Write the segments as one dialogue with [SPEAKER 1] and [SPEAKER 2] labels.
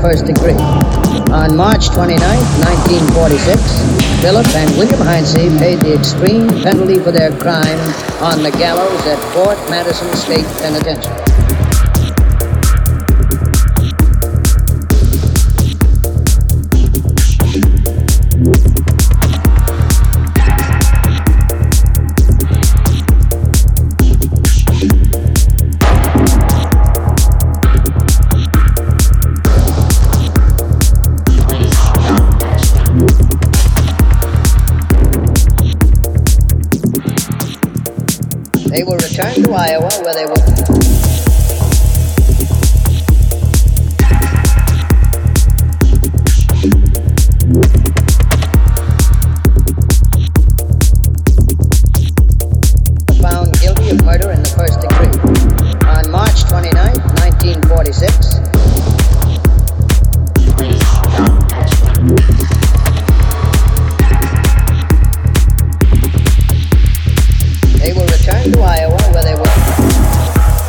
[SPEAKER 1] first degree. On March 29, 1946, Philip and William Heinze paid the extreme penalty for their crime on the gallows at Fort Madison State Penitentiary. returned to Iowa where they were found guilty of murder in the first degree. On March 29, 1946, they were returned to Iowa where they were.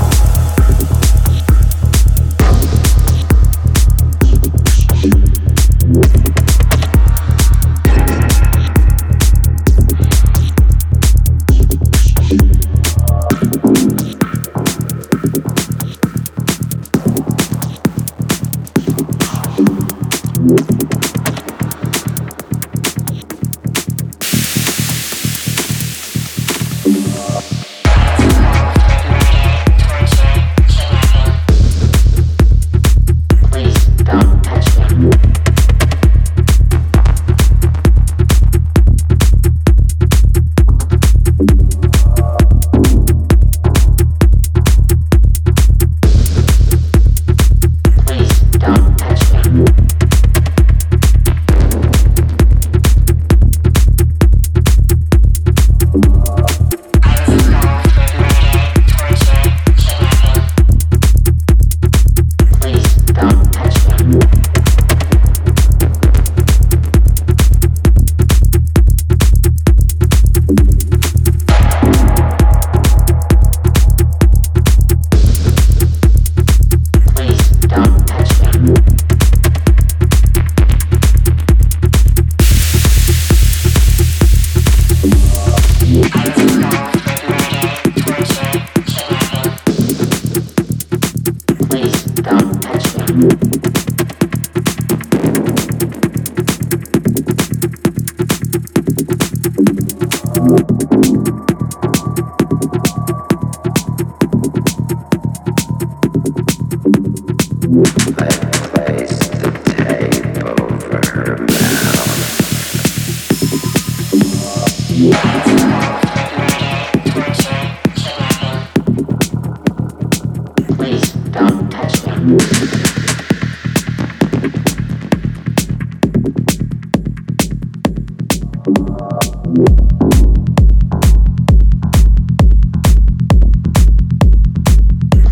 [SPEAKER 2] Please don't touch me.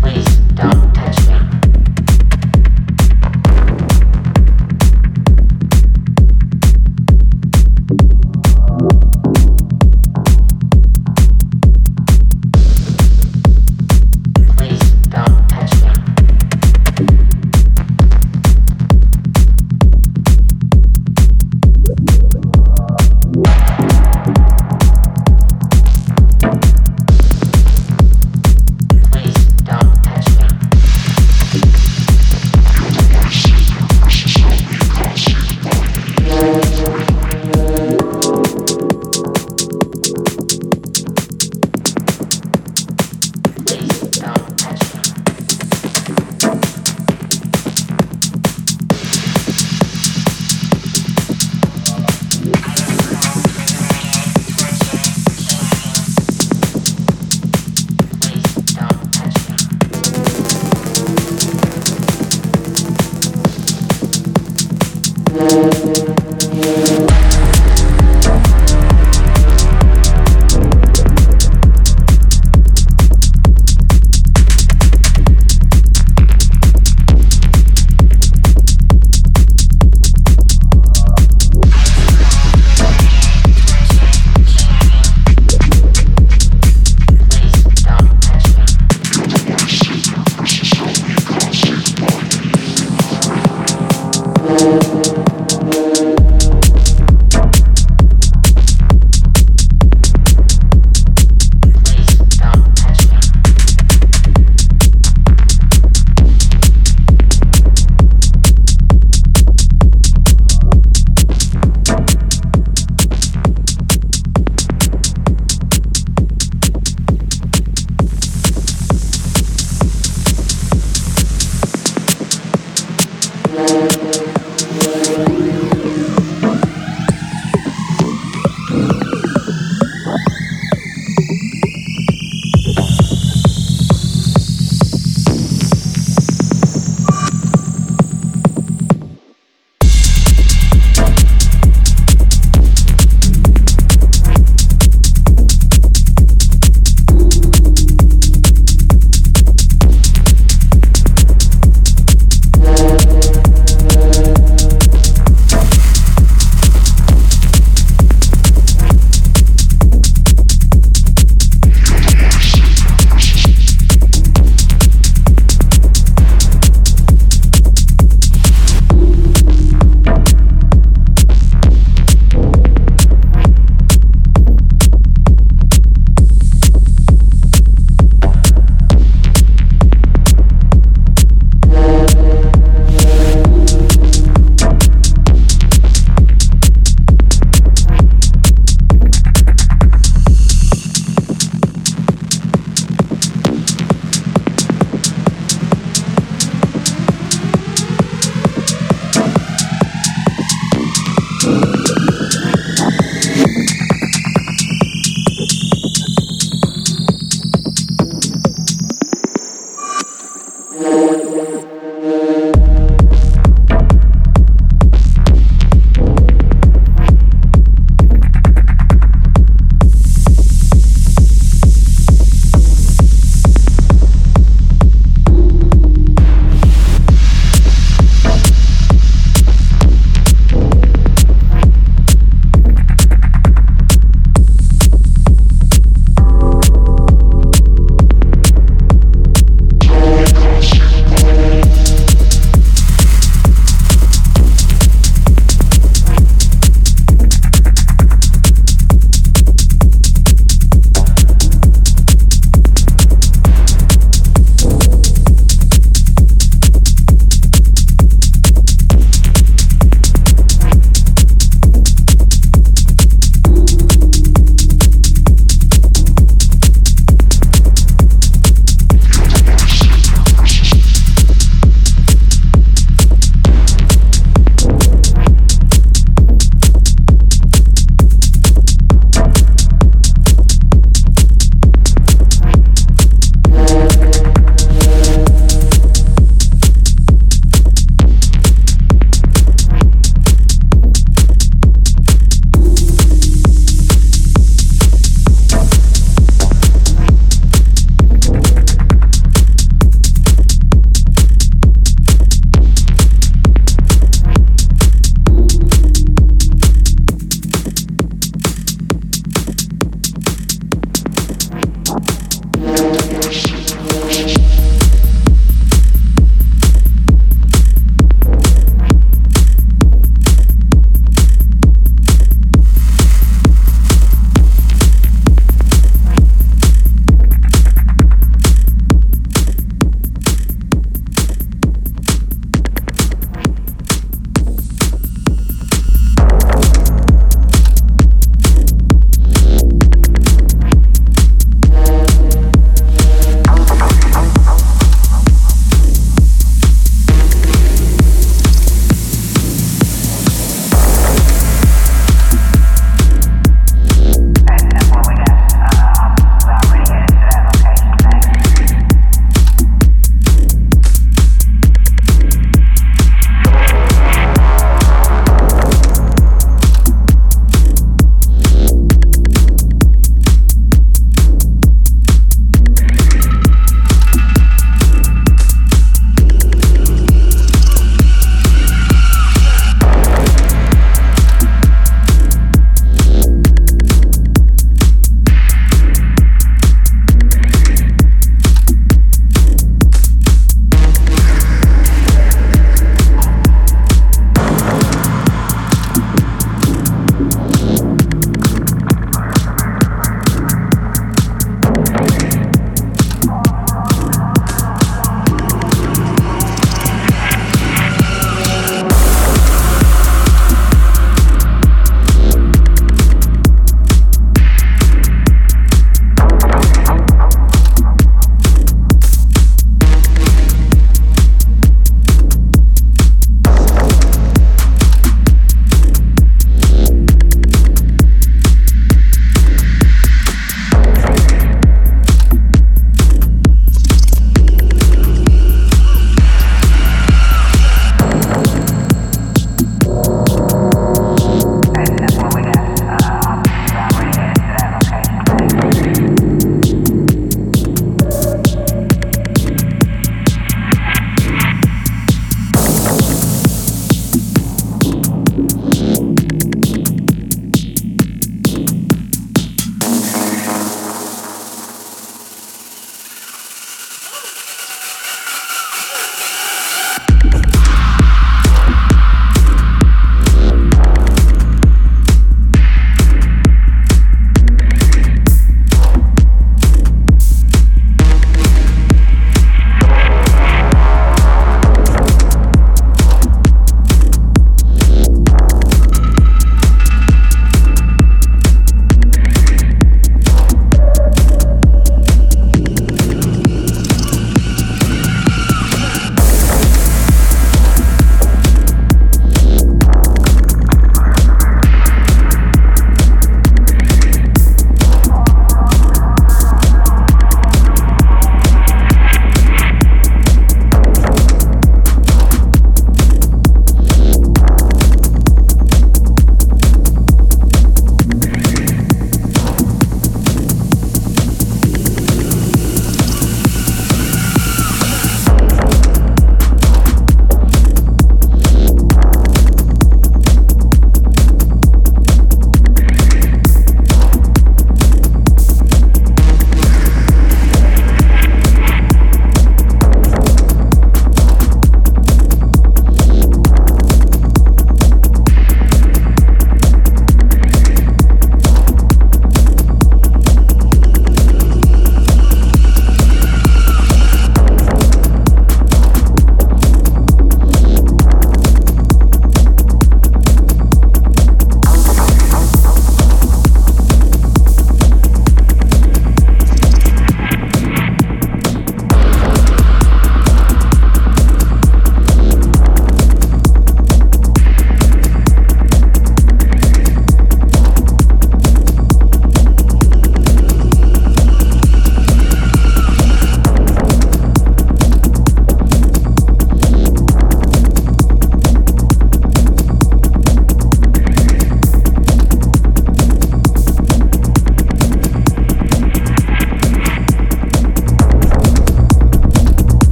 [SPEAKER 2] Please don't touch me.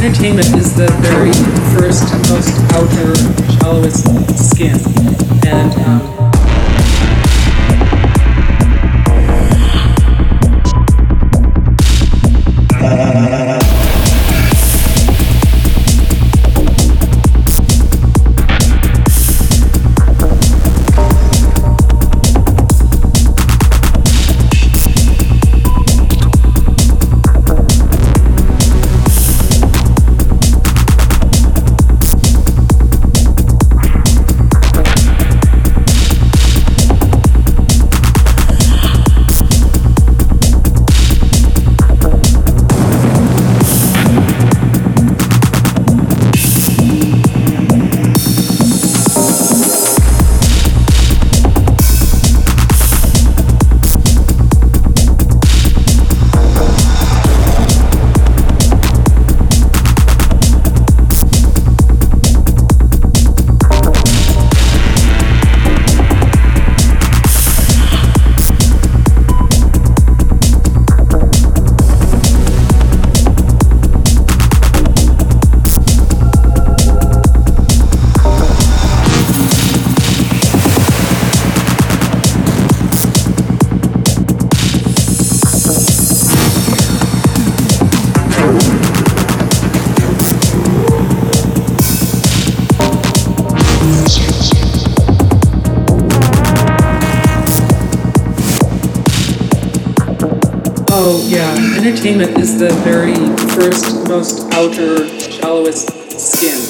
[SPEAKER 3] entertainment is the very first, most outer, shallowest skin. And um, oh yeah, entertainment is the very first, most outer, shallowest skin.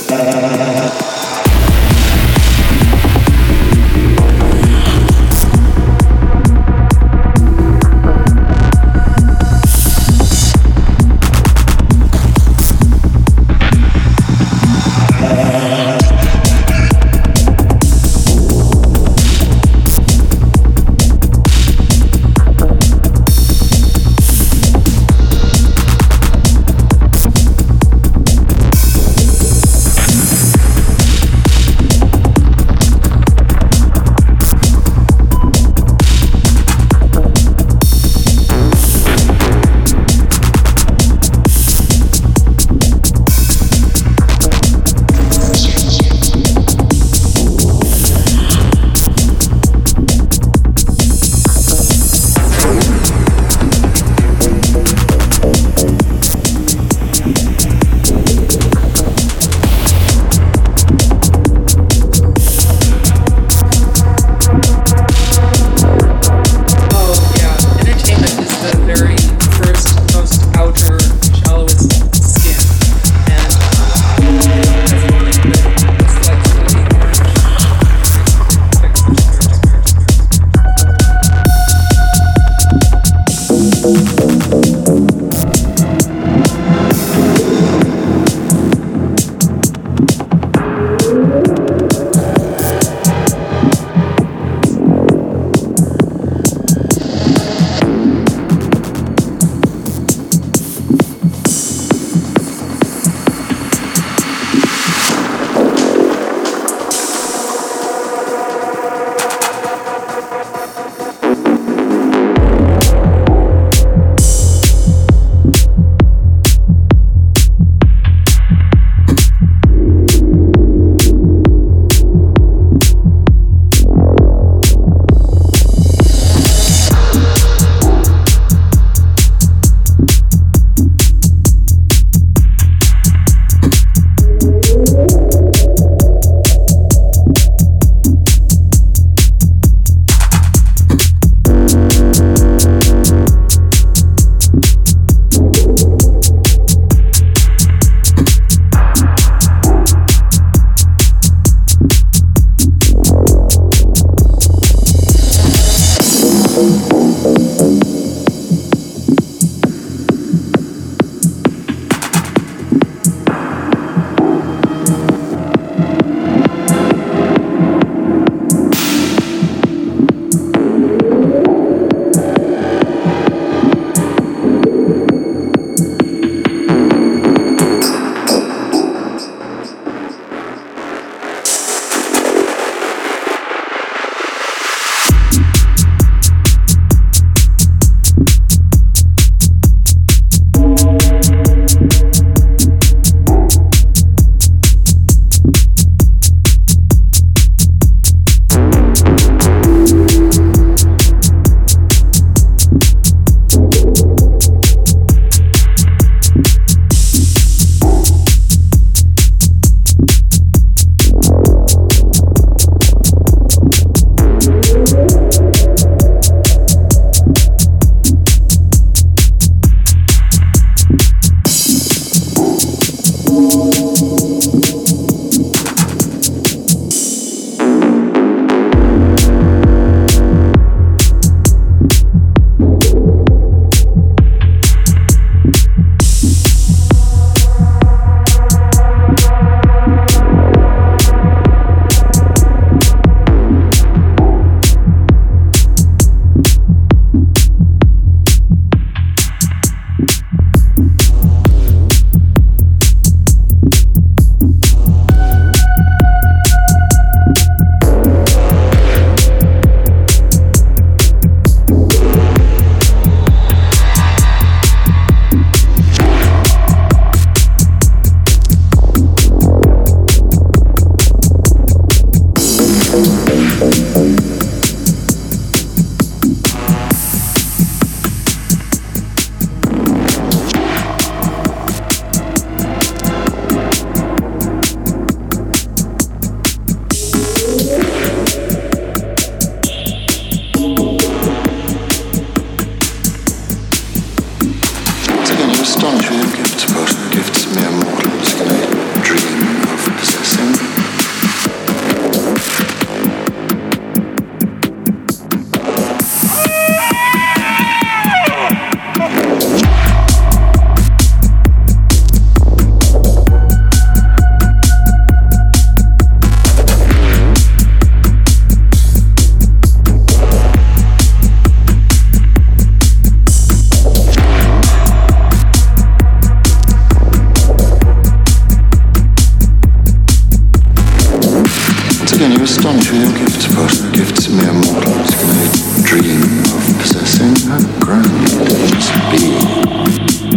[SPEAKER 4] dream gift person gifts mere mortals can I dream of possessing a grand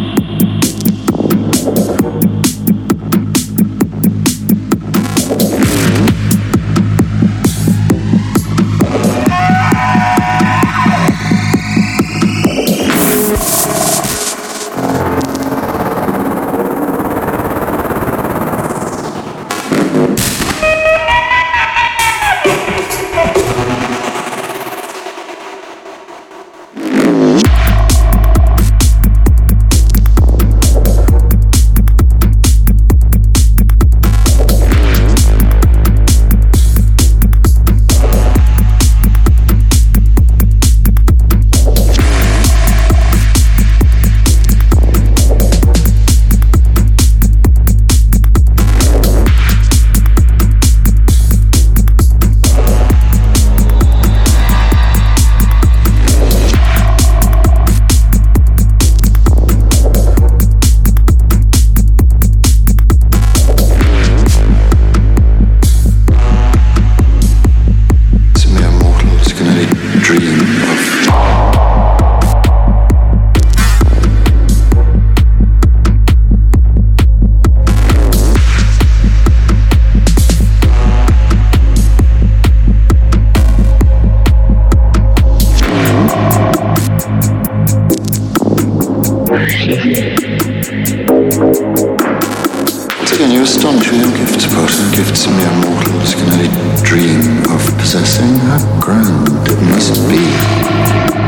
[SPEAKER 4] being. To mere mortals can I dream of Once again, you astonish with your gifts, person. Gifts mere mortals can only dream of possessing. How grand it must be.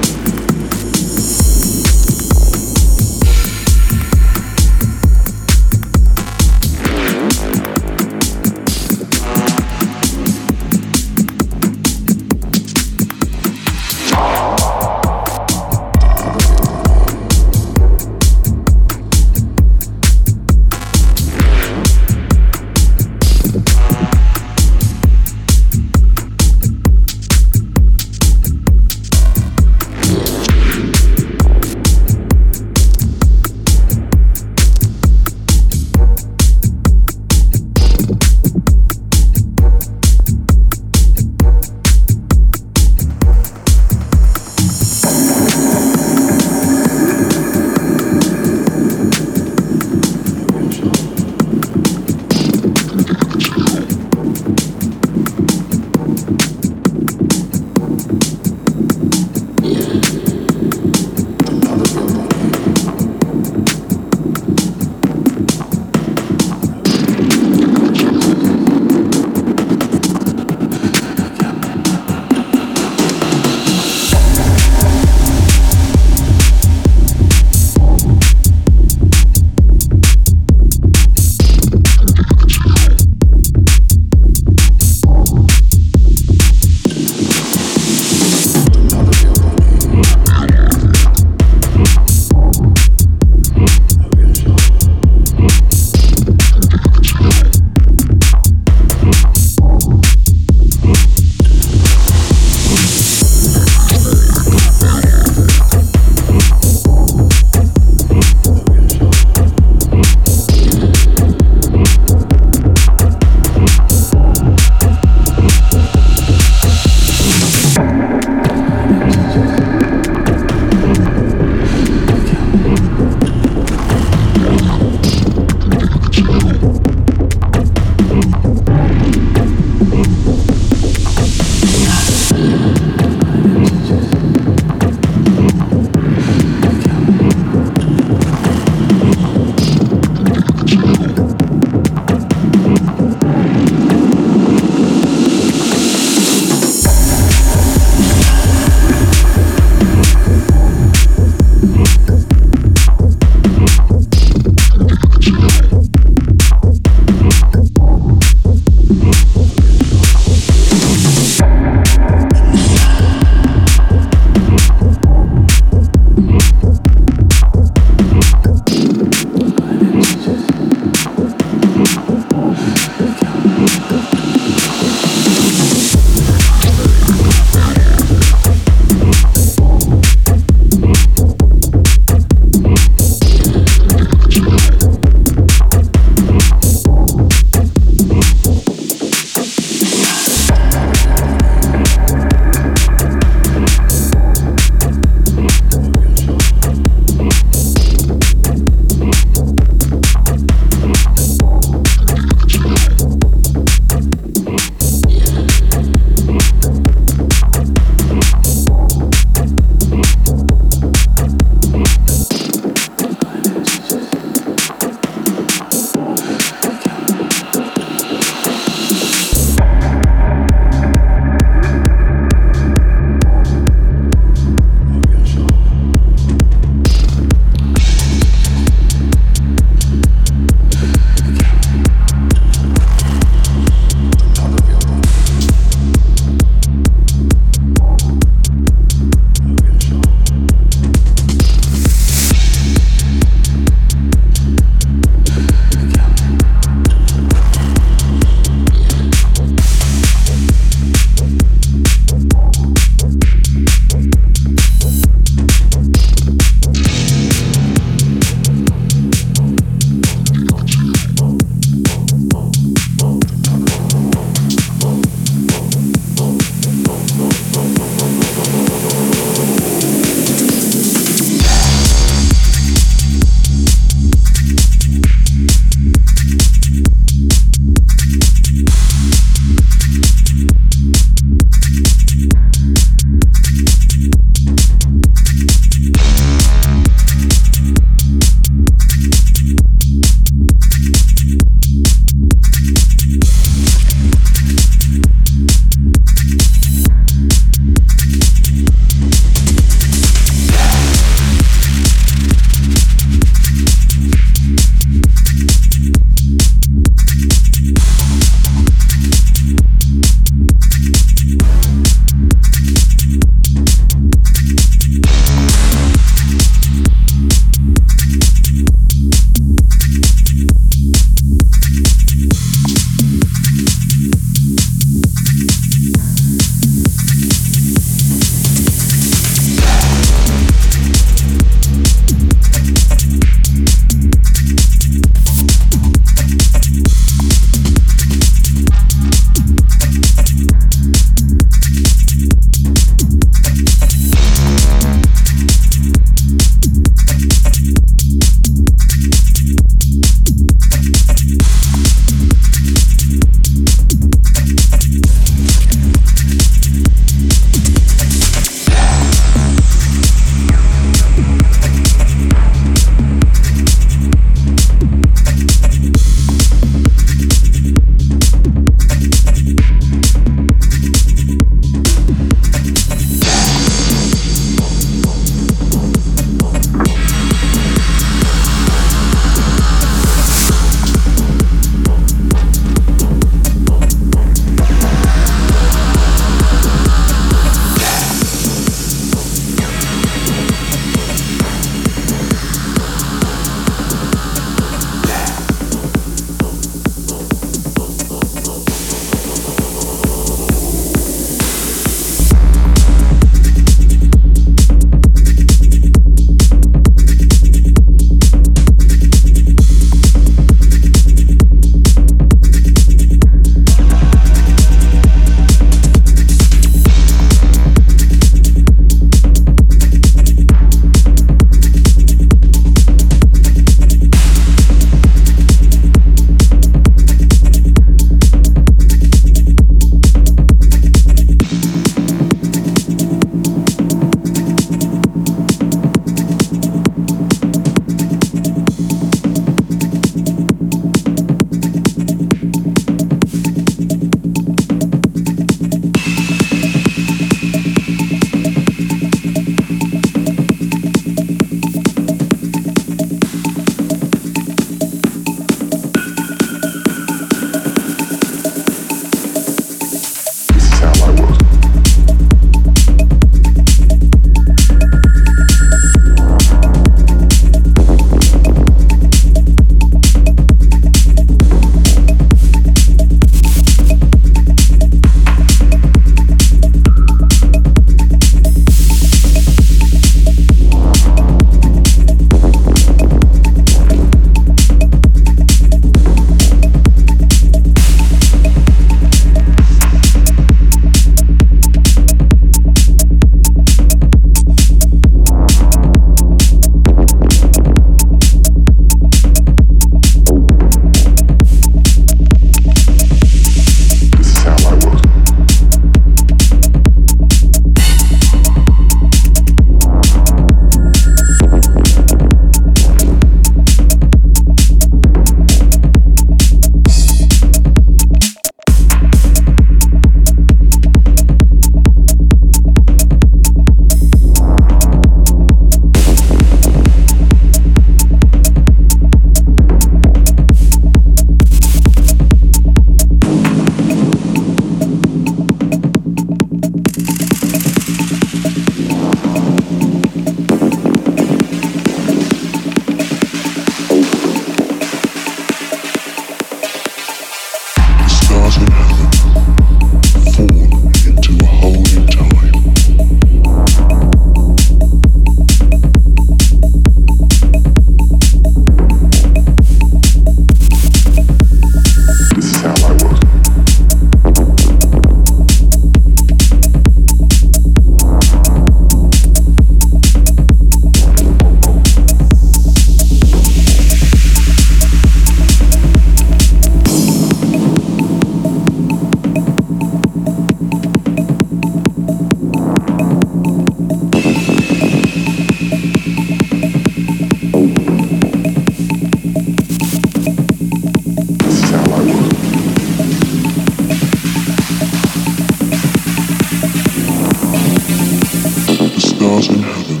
[SPEAKER 4] stars in heaven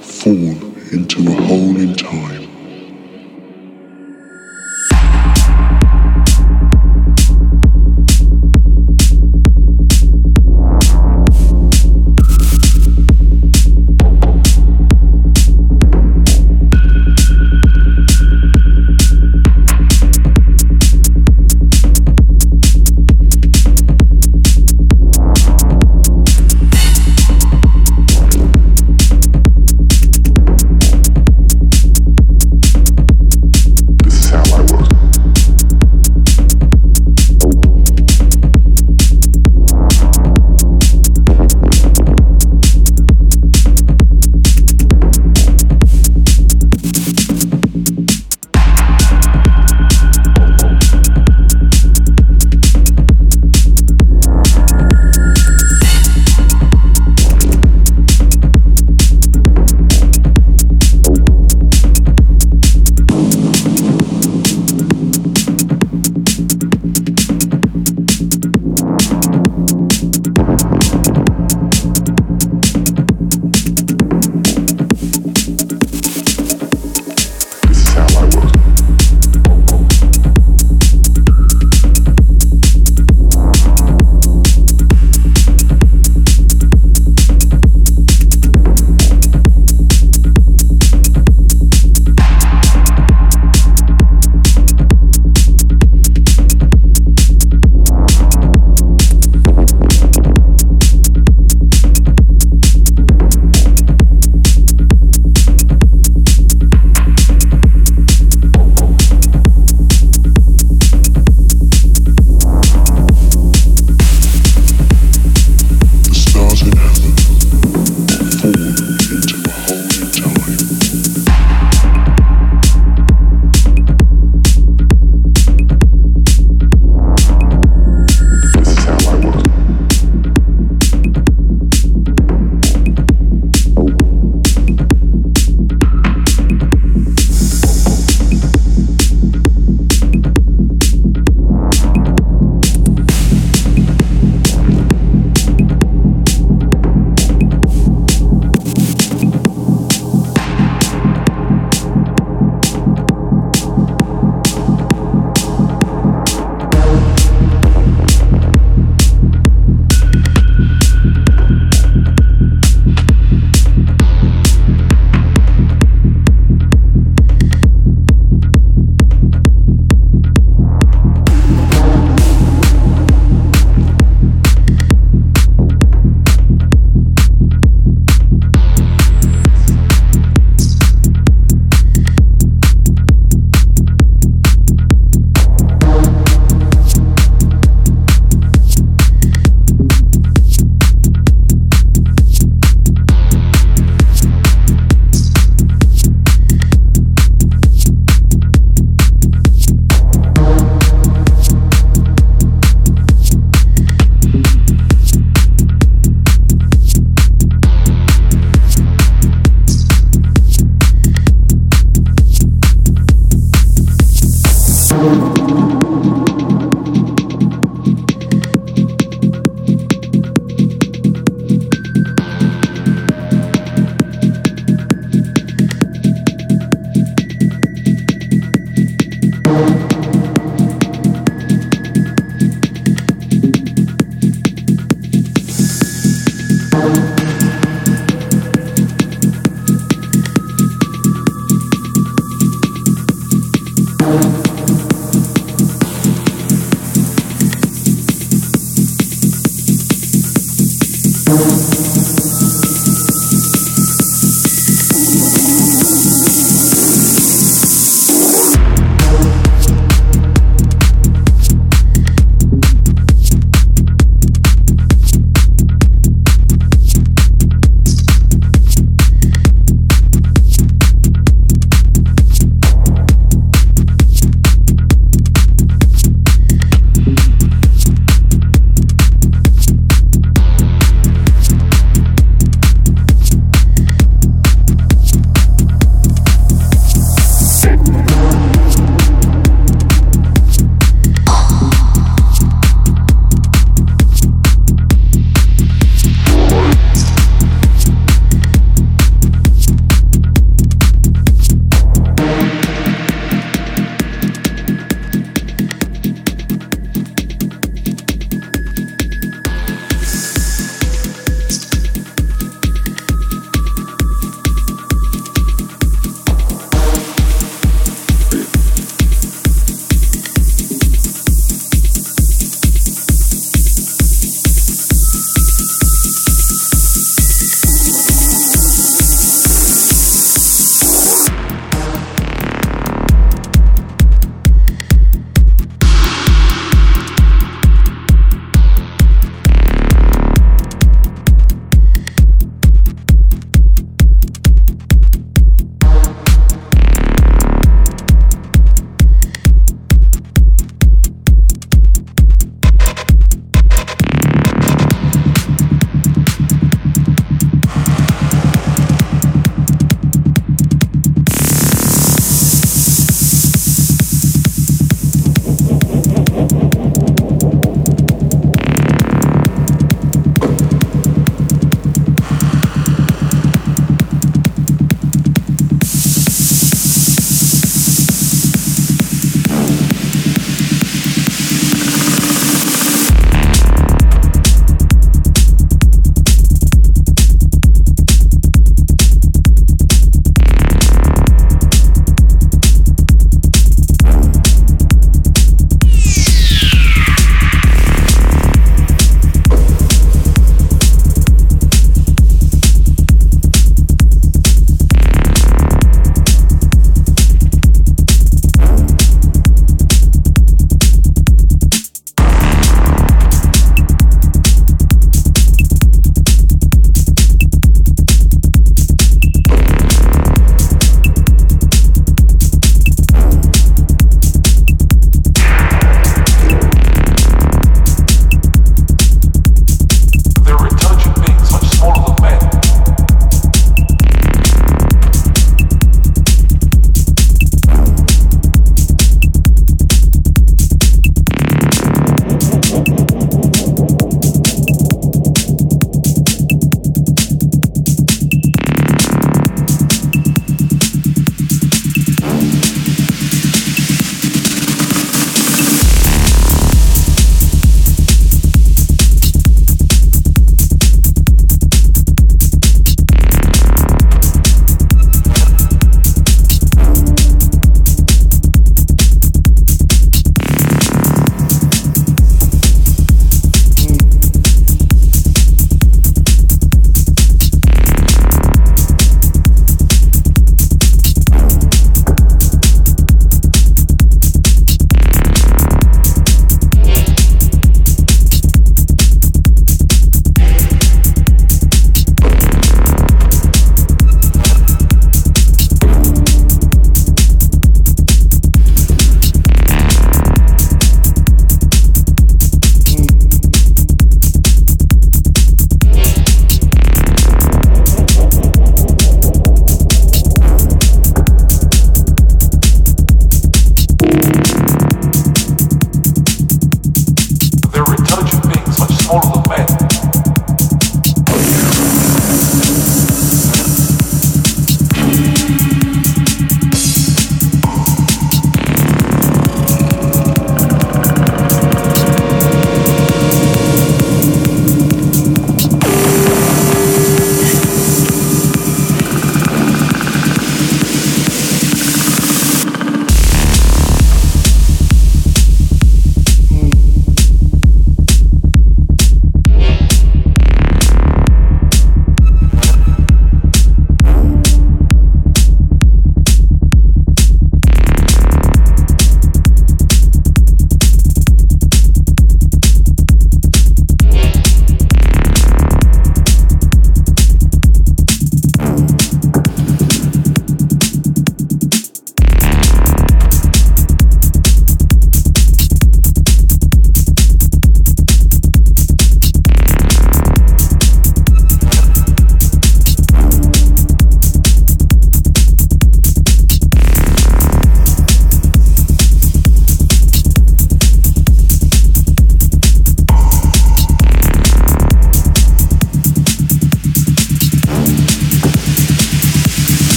[SPEAKER 4] fall into a hole in time.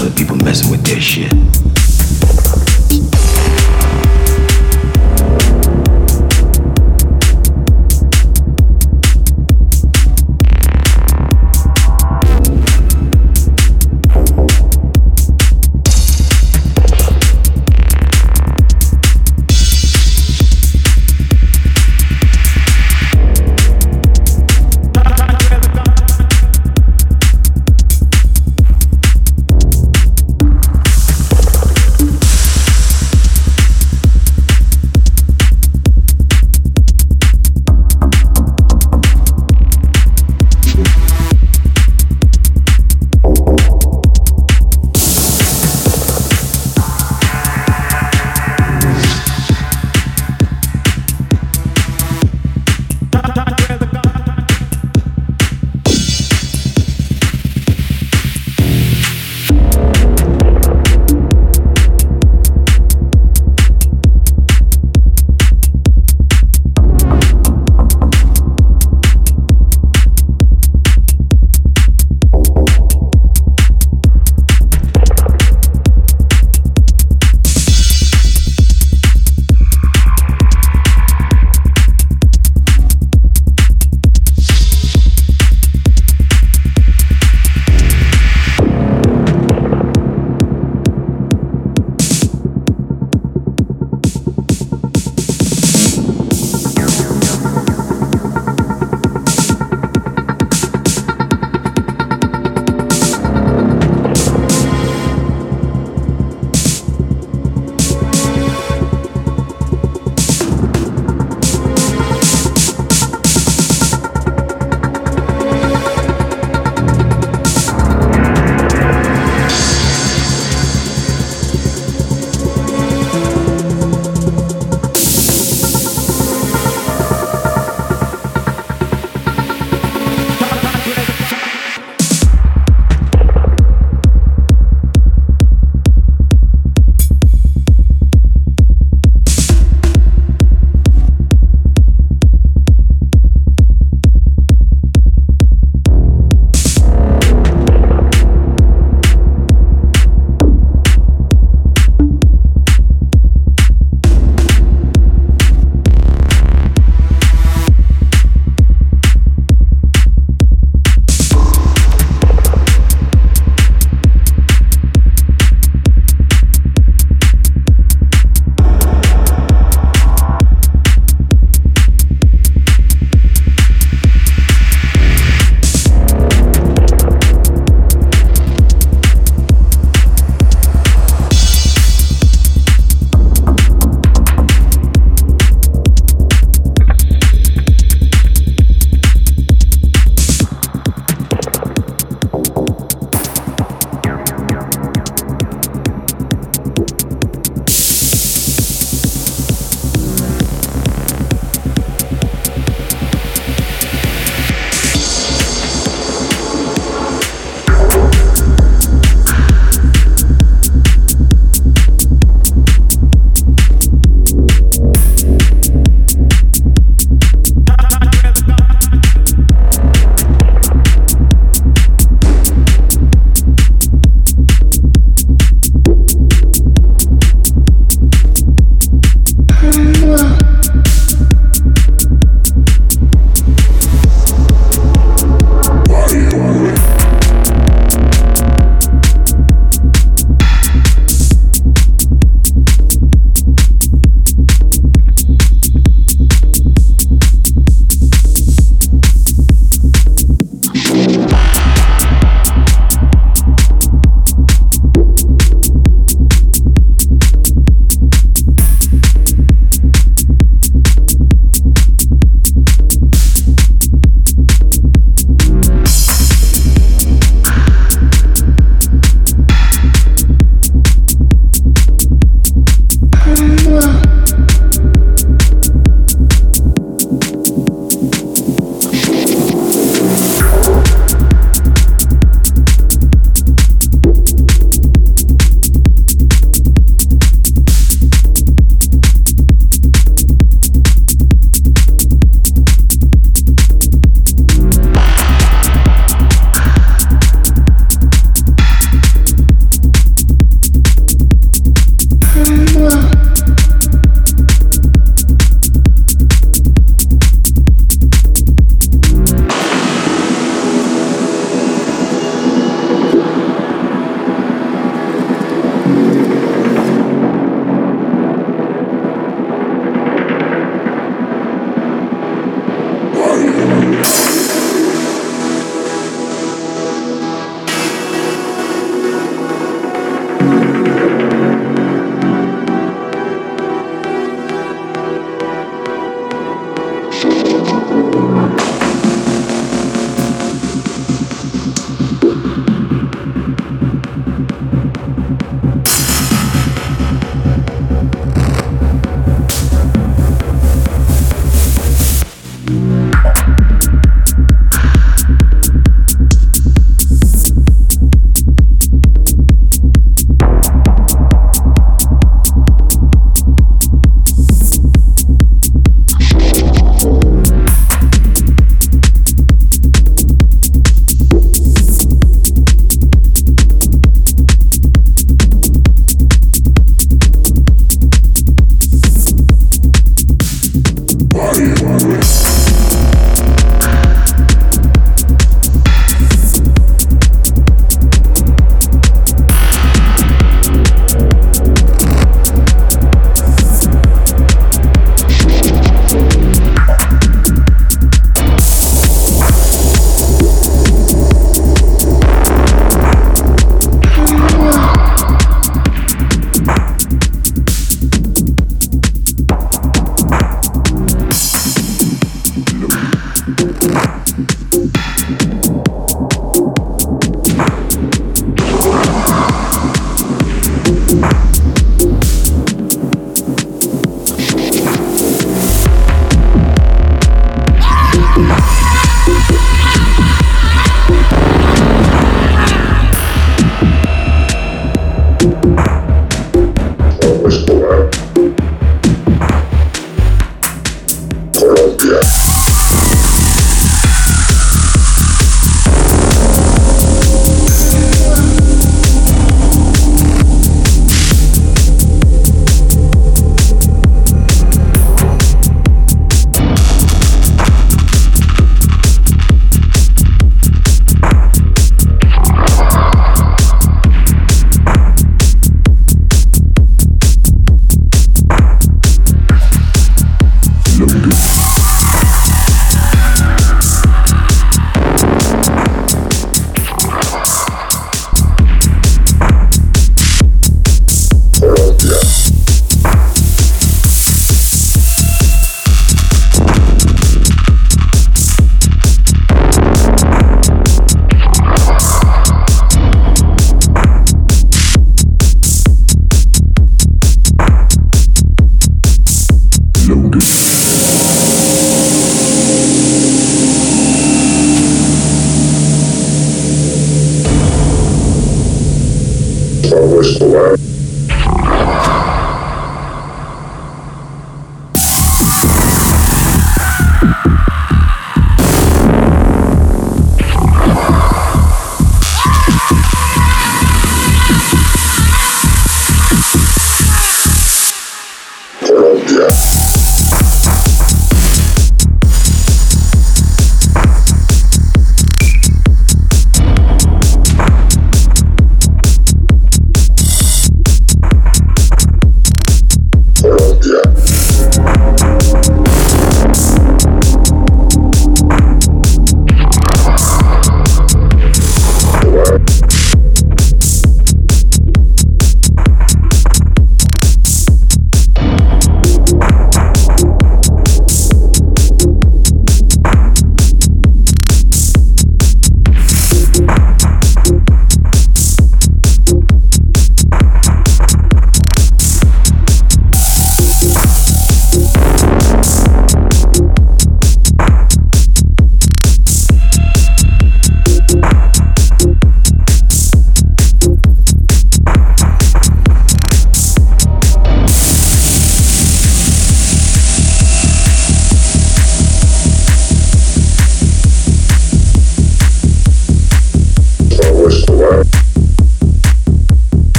[SPEAKER 4] uh, people messing with their shit.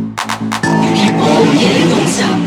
[SPEAKER 5] black hole, yeah, it don't stop.